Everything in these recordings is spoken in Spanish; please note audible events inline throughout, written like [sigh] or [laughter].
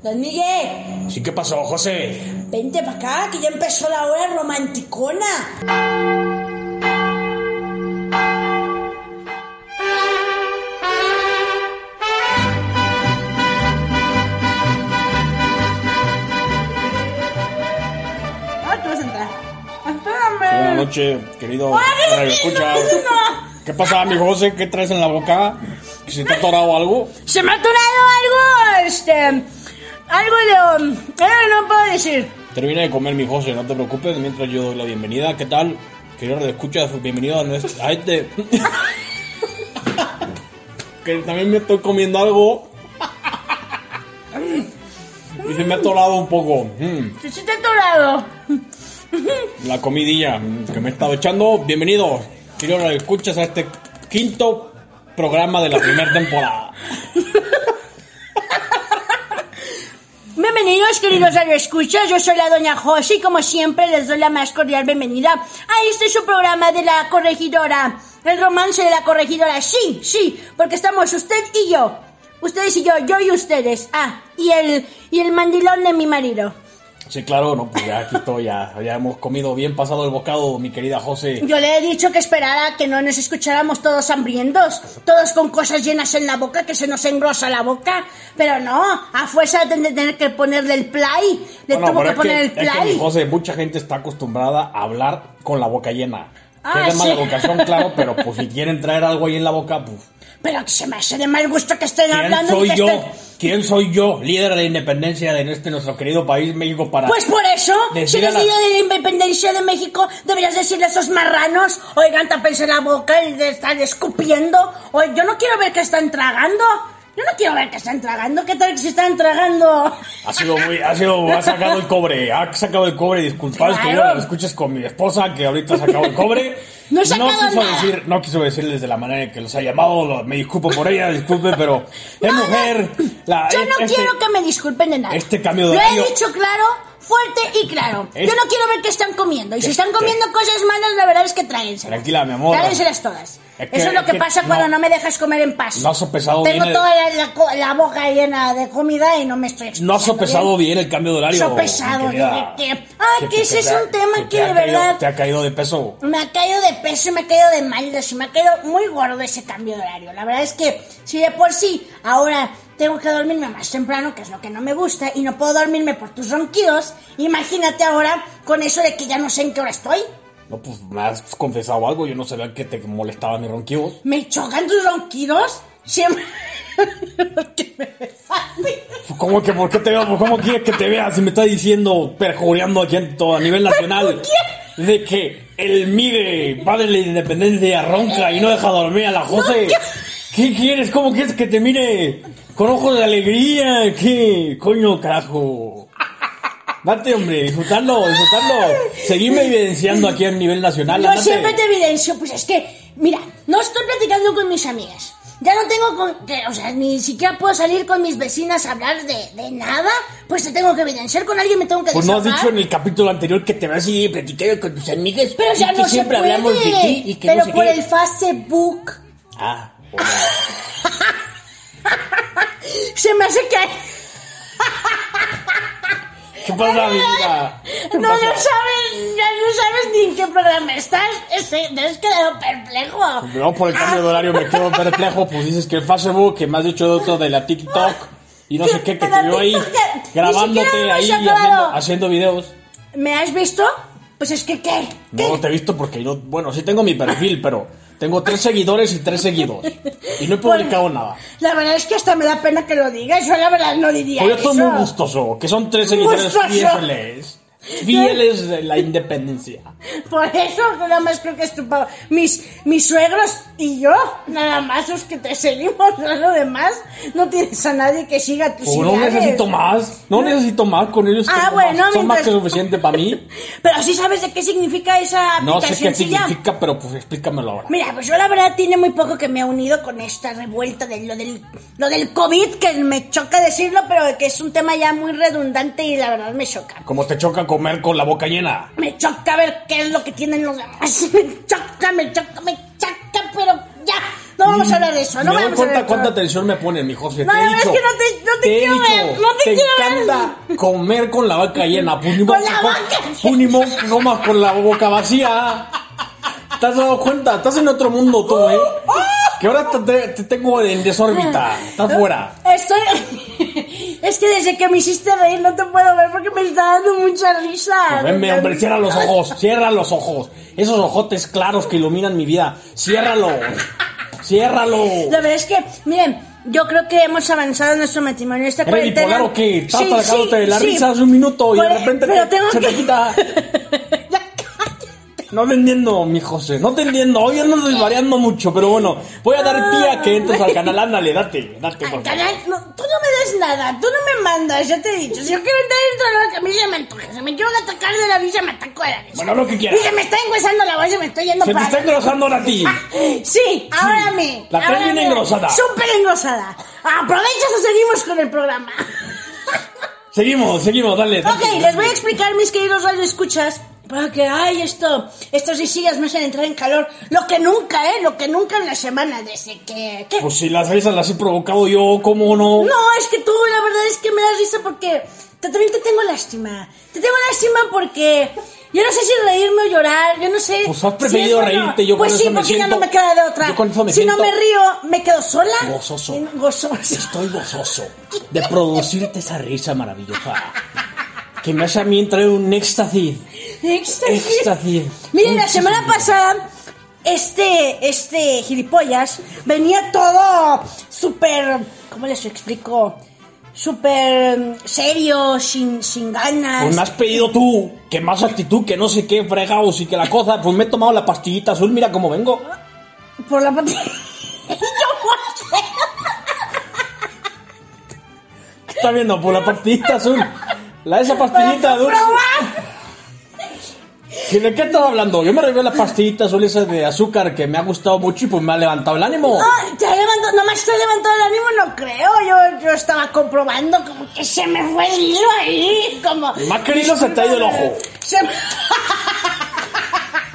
Don Miguel, Sí, ¿qué pasó, José? vente para acá, que ya empezó la hora romanticona. Ah, Ah, tú vas a entrar. Buenas Espérame. noches, querido. Ay, radio escucha. no. ¿Qué pasa, mi José? ¿Qué traes en la boca? ¿Se te ha atorado algo? Se me ha atorado algo, este. Algo de. um, eh, no puedo decir. Termina de comer, mi José, no te preocupes, mientras yo doy la bienvenida. ¿Qué tal? Querido radio escucha, bienvenido a, nuestro, a este... [laughs] que también me estoy comiendo algo. y se me ha atorado un poco. Mm. Se sí te ha atorado. La comidilla que me he estado echando. Bienvenidos, quiero que escuchas a este quinto programa de la primera temporada. Bienvenidos, queridos radioescuchas. Yo soy la doña José y, como siempre, les doy la más cordial bienvenida a este su programa de la corregidora. El romance de la corregidora. Sí, sí, porque estamos usted y yo. Ustedes y yo, yo y ustedes. Ah, y el, y el mandilón de mi marido. Sí, claro, no, pues ya aquí estoy, ya, ya hemos comido bien pasado el bocado, mi querida José. Yo le he dicho que esperara que no nos escucháramos todos hambrientos, todos con cosas llenas en la boca, que se nos engrosa la boca, pero no, a fuerza de tener que ponerle el play, le Bueno, tuvo que pero es poner el es que, mi play. José, mucha gente está acostumbrada a hablar con la boca llena. Ah, que es de mala sí. educación, claro, pero pues si quieren traer algo ahí en la boca, pues... pero que se me hace de mal gusto que estén ¿Quién hablando. y soy que yo? estén- ¿Quién soy yo? Líder de la independencia de este nuestro querido país México para... Pues por eso, Decir si a eres la- día de la independencia de México, deberías decirle a esos marranos, oigan, tapense la boca y de estar escupiendo, o yo no quiero ver que están tragando. Yo no quiero ver que están tragando. ¿Qué tal si están tragando? Ha sido muy, ha sido, ha sacado el cobre, ha sacado el cobre, disculpad, Claro. que yo lo escuches con mi esposa, que ahorita ha sacado el [laughs] cobre. No he sacado quiso nada. decir, no quiso decirles de la manera en que los ha llamado, lo- me disculpo por ella, disculpe, pero [laughs] No, es no. mujer. la- Yo es- no este- quiero que me disculpen de nada. este cambio de Lo horario- he dicho claro, fuerte y claro. Es- Yo no quiero ver qué están comiendo. Y si están Este- comiendo cosas malas, la verdad es que tráenselas. Tranquila, mi amor. Tráenselas todas. Es que- Eso es lo es que, que pasa no- cuando no me dejas comer en paz. no has sopesado Tengo bien el- toda la, la co- la boca llena de comida y no me estoy No has sopesado bien. bien el cambio de horario. Sopesado, mi querida. dije que- ay, que ese es te ha- un tema que te ha de caído- verdad- Te ha caído de peso. Me ha caído de peso y me ha caído de maldas y me ha caído muy gordo ese cambio de horario. La verdad es que si de por sí ahora tengo que dormirme más temprano, que es lo que no me gusta, y no puedo dormirme por tus ronquidos, imagínate ahora con eso de que ya no sé en qué hora estoy. No, pues me has confesado algo, yo no sabía que te molestaban mis ronquidos. ¿Me chocan tus ronquidos? [laughs] Siempre... que me besaste. Pues, ¿Cómo que por qué te veo? ¿Cómo quieres que te vea si me está diciendo, perjureando aquí en todo, a nivel nacional? De que el MIDE, padre de la independencia, ronca y no deja dormir a la José. ¿Qué quieres? ¿Cómo quieres que te mire? Con ojos de alegría, ¿qué? Coño, carajo. Date, hombre, disfrutarlo, disfrutarlo. Seguime evidenciando aquí a nivel nacional. Yo andate. siempre te evidencio, pues es que, mira, no estoy platicando con mis amigas. Ya no tengo, con- que, o sea, ni siquiera puedo salir con mis vecinas a hablar de, de nada. Pues te tengo que evidenciar con alguien, me tengo que Pues no has desahogar. dicho en el capítulo anterior que te vas a ir platicando con tus amigas. Pero ya y que no siempre se puede. hablamos de ti y que Pero no sé por qué. el Facebook Ah, hola. se me hace que ¿Qué pasa, mi vida? ¿Qué no lo pasa? sabes, ya no sabes ni en qué programa estás. Este, te has quedado perplejo. No, por el cambio de horario me quedo perplejo. Pues dices que el Facebook, que me has dicho de otro de la TikTok y no sé qué, que Pero te veo ahí TikTok, ni grabándote siquiera hemos ahí y haciendo, acabado. haciendo videos. ¿Me has visto? Pues es que qué. ¿Qué? No te he visto porque yo, bueno, sí tengo mi perfil, pero tengo tres seguidores y tres seguidos. Y no he Bueno. publicado nada. La verdad es que hasta me da pena que lo digas. Yo la verdad no diría Pero Pues yo estoy eso. muy gustoso, que son tres seguidores Gustoso. fieles. Fieles de la independencia. [laughs] Por eso nada más creo que es tu pa- mis, mis suegros y yo, nada más los que te seguimos, [laughs] no lo demás, no tienes a nadie que siga tus Pues no ideales. necesito más. No necesito más con ellos. Ah, tengo bueno, más. Son más mientras- que suficiente para mí. Pero sí sabes de qué significa esa No sé qué aplicacioncilla. significa, pero pues explícamelo ahora. Mira, pues yo la verdad tiene muy poco que me he unido con esta revuelta de lo del, lo del COVID, que me choca decirlo, pero que es un tema ya muy redundante y la verdad me choca. Como te choca comer con la boca llena. Me choca [laughs] ver qué es lo que tienen los demás. Me choca, me choca, me choca, pero ya. No vamos a hablar de eso. No me doy vamos a hablar cuenta de cuánta eso. atención me pone mi José. No, te he la verdad es dicho, que no te- no te he quiero dicho, ver, no te quiero ver. encanta comer con la boca llena. pues, Punimón, Con la boca llena. Punimón, pues, que comas con la boca vacía. ¿Te has dado cuenta? Estás en otro mundo tú, ¿eh? ¡Ah! Que ahora te, te- te tengo en desórbita. Estás fuera. Estoy. [laughs] es que desde que me hiciste reír no te puedo ver porque me está dando mucha risa. Venme, Pues hombre, cierra los ojos, cierra los ojos. Esos ojotes claros que iluminan mi vida. Ciérralo. Ciérralo. La verdad es que, miren, yo creo que hemos avanzado en nuestro matrimonio. Este Esta ¿Eres bipolar o qué? Estás atacándote de la risa hace un minuto y de Por- repente Pues, pero te- tengo se te que- quita. [laughs] Ya cállate. No te entiendo, mi José, no te entiendo. Hoy ando desvariando mucho, pero bueno, voy a dar pie a que entres al canal. Ándale, date, date, Ay, por favor. canal, no, tú no me das nada, tú no me mandas, ya te he dicho. Si yo quiero entrar dentro de la camisa, me antoja. Si me quiero atacar de la risa, me ataco de la risa. Bueno, lo que y quieras. se me está engrosando la voz, se me estoy yendo Se te para... está engrosando ahora a ti. Sí, ahora me. La traes ahora bien me- engrosada. Súper engrosada. Aprovechas o seguimos con el programa. Seguimos, seguimos, dale. date. Ok, les voy a explicar, mis queridos radioescuchas, para que, ay, esto, estos sillas me hacen entrar en calor. Lo que nunca, ¿eh? Lo que nunca en la semana, desde que... ¿qué? Pues si las risas las he provocado yo, ¿cómo no? No, es que tú, la verdad es que me das risa porque te- también te tengo lástima. Te tengo lástima porque yo no sé si reírme o llorar, yo no sé. Pues has si preferido es bueno. reírte, yo Pues con sí, eso me porque ya siento- no me queda de otra. yo con eso me si no siento- me río, me quedo sola. Gozoso. En- [laughs] Gozoso. Estoy gozoso de producirte esa risa maravillosa. Que me hace a mí entrar en un éxtasis. Éxtasis. Éxtasis. Pues Miren, la semana pasada, este, este gilipollas venía todo súper, ¿cómo les explico? Súper mm, serio, sin, sin ganas. Pues me has pedido tú que más actitud, que no sé qué, fregados y que la cosa. Pues me he tomado la pastillita azul, mira cómo vengo. Por la parte. [laughs] Yo por qué? ¿Qué estás viendo? Por la pastillita azul. La esa pastillita Para dulce. comprobar. ¿Que ¿De qué estás hablando? Yo me refiero a la pastillita azul esa de azúcar que me ha gustado mucho y pues me ha levantado el ánimo. No, te Ah, levantó, nomás te levantó el ánimo, no creo. Yo, yo estaba comprobando como que se me fue el hilo ahí. Como. Más que el hilo se te ha ido el ojo. Se me-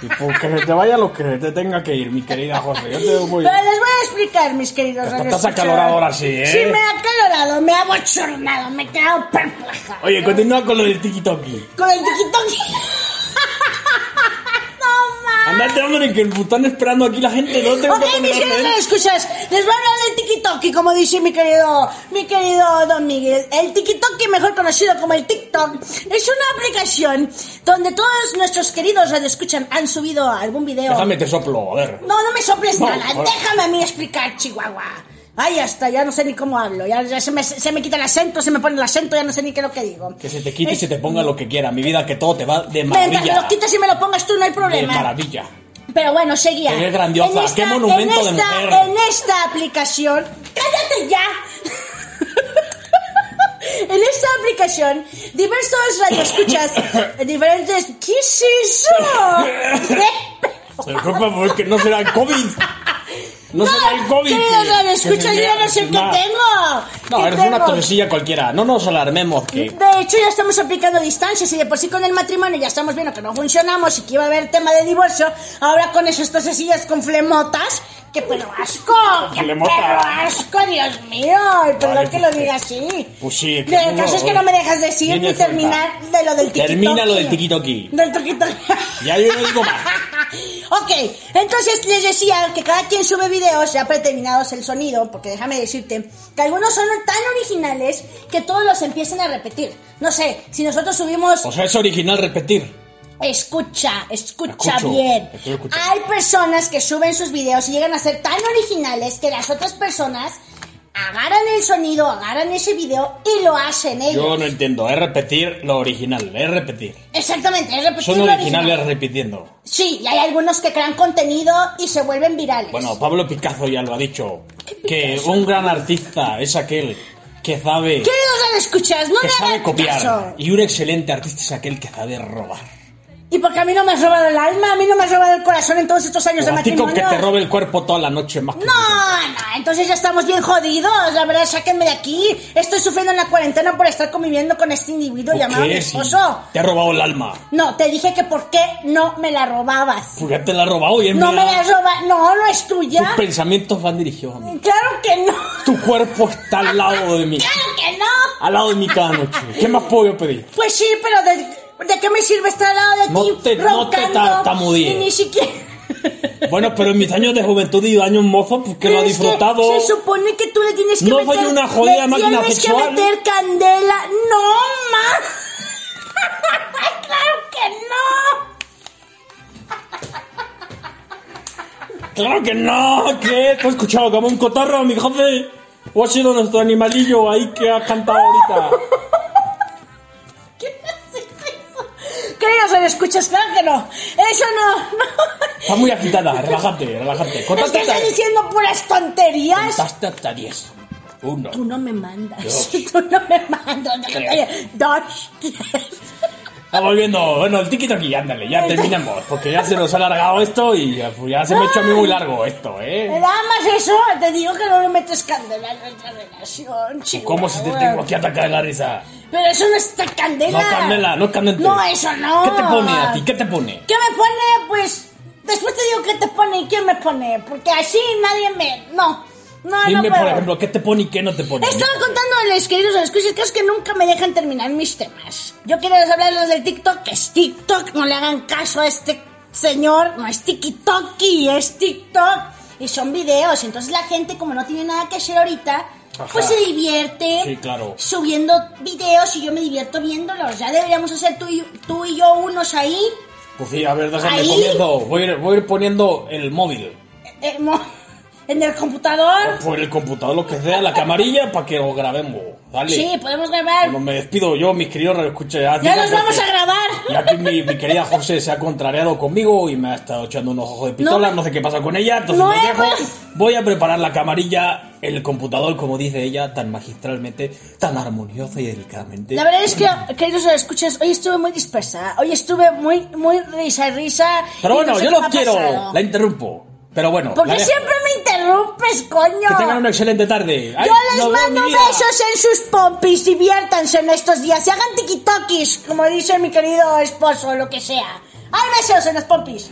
Y porque se te vaya lo que te tenga que ir, mi querida José. Yo te veo muy Pero les voy a explicar, mis queridos Pero estás radioescuchas. acalorado ahora sí, ¿eh? Sí, me ha acalorado, me ha bochornado, me he quedado perpleja. Oye, continúa con lo del tiki-toki. Con el tiquitoqui. [laughs] no mames. Andate, hombre, que el botán esperando aquí la gente. No tengo Ah. Ok, que mis poner orden. queridos escuchas, les voy a hablar del tiki-toki, como dice mi querido, mi querido Don Miguel. El tiki-toki, mejor conocido como el TikTok, es una aplicación donde todos nuestros queridos radioescuchan han subido algún video. Déjame te soplo, a ver. No, no me soples No, nada, ahora- déjame a mí explicar, Chihuahua. Ay, hasta ya no sé ni cómo hablo, ya, ya se, me, se me quita el acento, se me pone el acento, ya no sé ni qué es lo que digo. Que se te quite y se te ponga lo que quiera. Mi vida, que todo te va de Mientras me maravilla. lo quitas y me lo pongas tú, no hay De problema. maravilla. Pero bueno, seguía. Qué grandiosa, En qué monumento en de esta- mujer. En esta aplicación. ¡Cállate ya! [laughs] en esta aplicación, diversos [coughs] radioescuchas, diferentes. ¿Qué es eso? Se preocupa porque no será el COVID. [laughs] No, será el COVID. Queridos que- radioescuchas, que se yo me- no sé qué Nah. tengo. No, ¿Qué eres una tengo? torrecilla cualquiera. No nos alarmemos que... De hecho, ya estamos aplicando distancias y de por sí con el matrimonio ya estamos viendo que no funcionamos y que iba a haber tema de divorcio. Ahora con esas tosecillas con flemotas, que pero asco, que Flemota. pero asco, Dios mío, y perdón Vale, que pues, lo diga así. pues sí, es que Pero el uno- caso es que no me dejas decir Tiene ni terminar de lo del tiquito. Termina lo del tiki-toki. Del tiquito. Ya yo no digo más. Ok, entonces les decía que cada quien sube videos ya predeterminados el sonido, porque déjame decirte que algunos son tan originales que todos los empiezan a repetir. No sé, si nosotros subimos O sea, es original repetir. Escucha, escucha Escucho, bien. estoy escuchando. Hay personas que suben sus videos y llegan a ser tan originales que las otras personas agarran el sonido, agarran ese video y lo hacen ellos. Yo no entiendo. Es repetir lo original. Es repetir. Exactamente, es repetir Son lo originales original. repitiendo. Sí, y hay algunos que crean contenido y se vuelven virales. Bueno, Pablo Picasso ya lo ha dicho. Que un gran artista es aquel que sabe... Queridos escuchas, no que me sabe hagan copiar. caso. Y un excelente artista es aquel que sabe robar. ¿Y porque a mí no me has robado el alma? ¿A mí no me has robado el corazón en todos estos años de O a ti con que matrimonio? te robe el cuerpo toda la noche, más que- No, no, entonces ya estamos bien jodidos. La verdad, sáquenme de aquí. Estoy sufriendo en la cuarentena por estar conviviendo con este individuo ¿Por llamado mi qué? Si esposo. Te ha robado el alma. No, te dije que por qué no me la robabas. Porque ya te la ha robado y es No mía. me la roba, no, no es tuya. Tus pensamientos van dirigidos a mí. Claro que no. Tu cuerpo está al lado de mí. Claro que no. Al lado de mí cada noche. ¿Qué más puedo yo pedir? Pues sí, pero ¿de, de qué me sirve estar al lado de No ti? te- no te roncando? tartamudees. Y Ni siquiera. [laughs] Bueno, pero en mis años de juventud y años mozos, pues que lo Pero ha es que disfrutado. se supone que tú le tienes que No meter... soy una jodida le máquina tienes sexual. que meter candela. No, ma. [laughs] claro que no. ¡Claro que no! ¿Qué? ¿Te has escuchado como un cotarro, mi jefe? ¿O ha sido nuestro animalillo ahí que ha cantado ahorita? Queridos escuchas, claro que no. Eso no. no. Está muy agitada, relájate, relájate. Es que Contaste estás hasta, diciendo puras tonterías. contaste hasta 10. Uno. Tú no me mandas. Dos. [laughs] Tú no me [laughs] mandas. Dos. Ah, volviendo. Bueno, el tiquito aquí, ándale, ya terminamos. Porque ya se nos ha alargado esto y ya, pues, ya se me ha hecho a mí muy largo esto, Me ¿eh? da más eso. Te digo que no le metes candela a nuestra relación. ¿Cómo si te chihuahua. tengo aquí atacada de la risa? Pero eso no está candela. No, Candela, no candente. No, eso no. ¿Qué te pone a ti? ¿Qué te pone? ¿Qué me pone? Pues después te digo qué te pone y quién me pone. Porque así nadie me. No. No, no Dime, puedo. por ejemplo, ¿qué te pone y qué no te pone? Estaba contándoles, queridos escuchas, que es que nunca me dejan terminar mis temas. Yo quiero hablarles del TikTok, que es TikTok, no le hagan caso a este señor, no es TikToki, es TikTok. Y son videos, entonces la gente como no tiene nada que hacer ahorita, Ajá. pues se divierte Sí, claro. subiendo videos y yo me divierto viéndolos. Ya deberíamos hacer tú y, tú y yo unos ahí. Pues sí, a ver, déjame Ahí. comiendo. Voy a, ir, voy a ir poniendo el móvil. eh, mo- [laughs] En el computador. Por el computador, lo que sea, la camarilla, para que lo grabemos. Dale. Sí, podemos grabar. Bueno, me despido yo, mis queridos radioescuchas. Ya digo, nos vamos a porque- grabar. Y aquí mi, mi querida José se ha contrariado conmigo y me ha estado echando unos ojos de pistola. No. No, sé qué pasa con ella, entonces No, me dejo. Eva. Voy a preparar la camarilla, el computador, como dice ella, tan magistralmente, tan armoniosa y delicadamente. La verdad es que, queridos escuchas, hoy estuve muy dispersa. Hoy estuve muy, muy risa y risa. Pero y bueno, no sé yo qué los me ha quiero. pasado. La interrumpo. Pero bueno. la Porque dejo. siempre me interrumpes, coño. Que tengan una excelente tarde. Ay, Yo les nos vemos, mando mi vida. besos en sus pompis. Diviértanse en estos días. Se hagan tiquitoquis, como dice mi querido esposo, lo que sea. Hay besos en los pompis.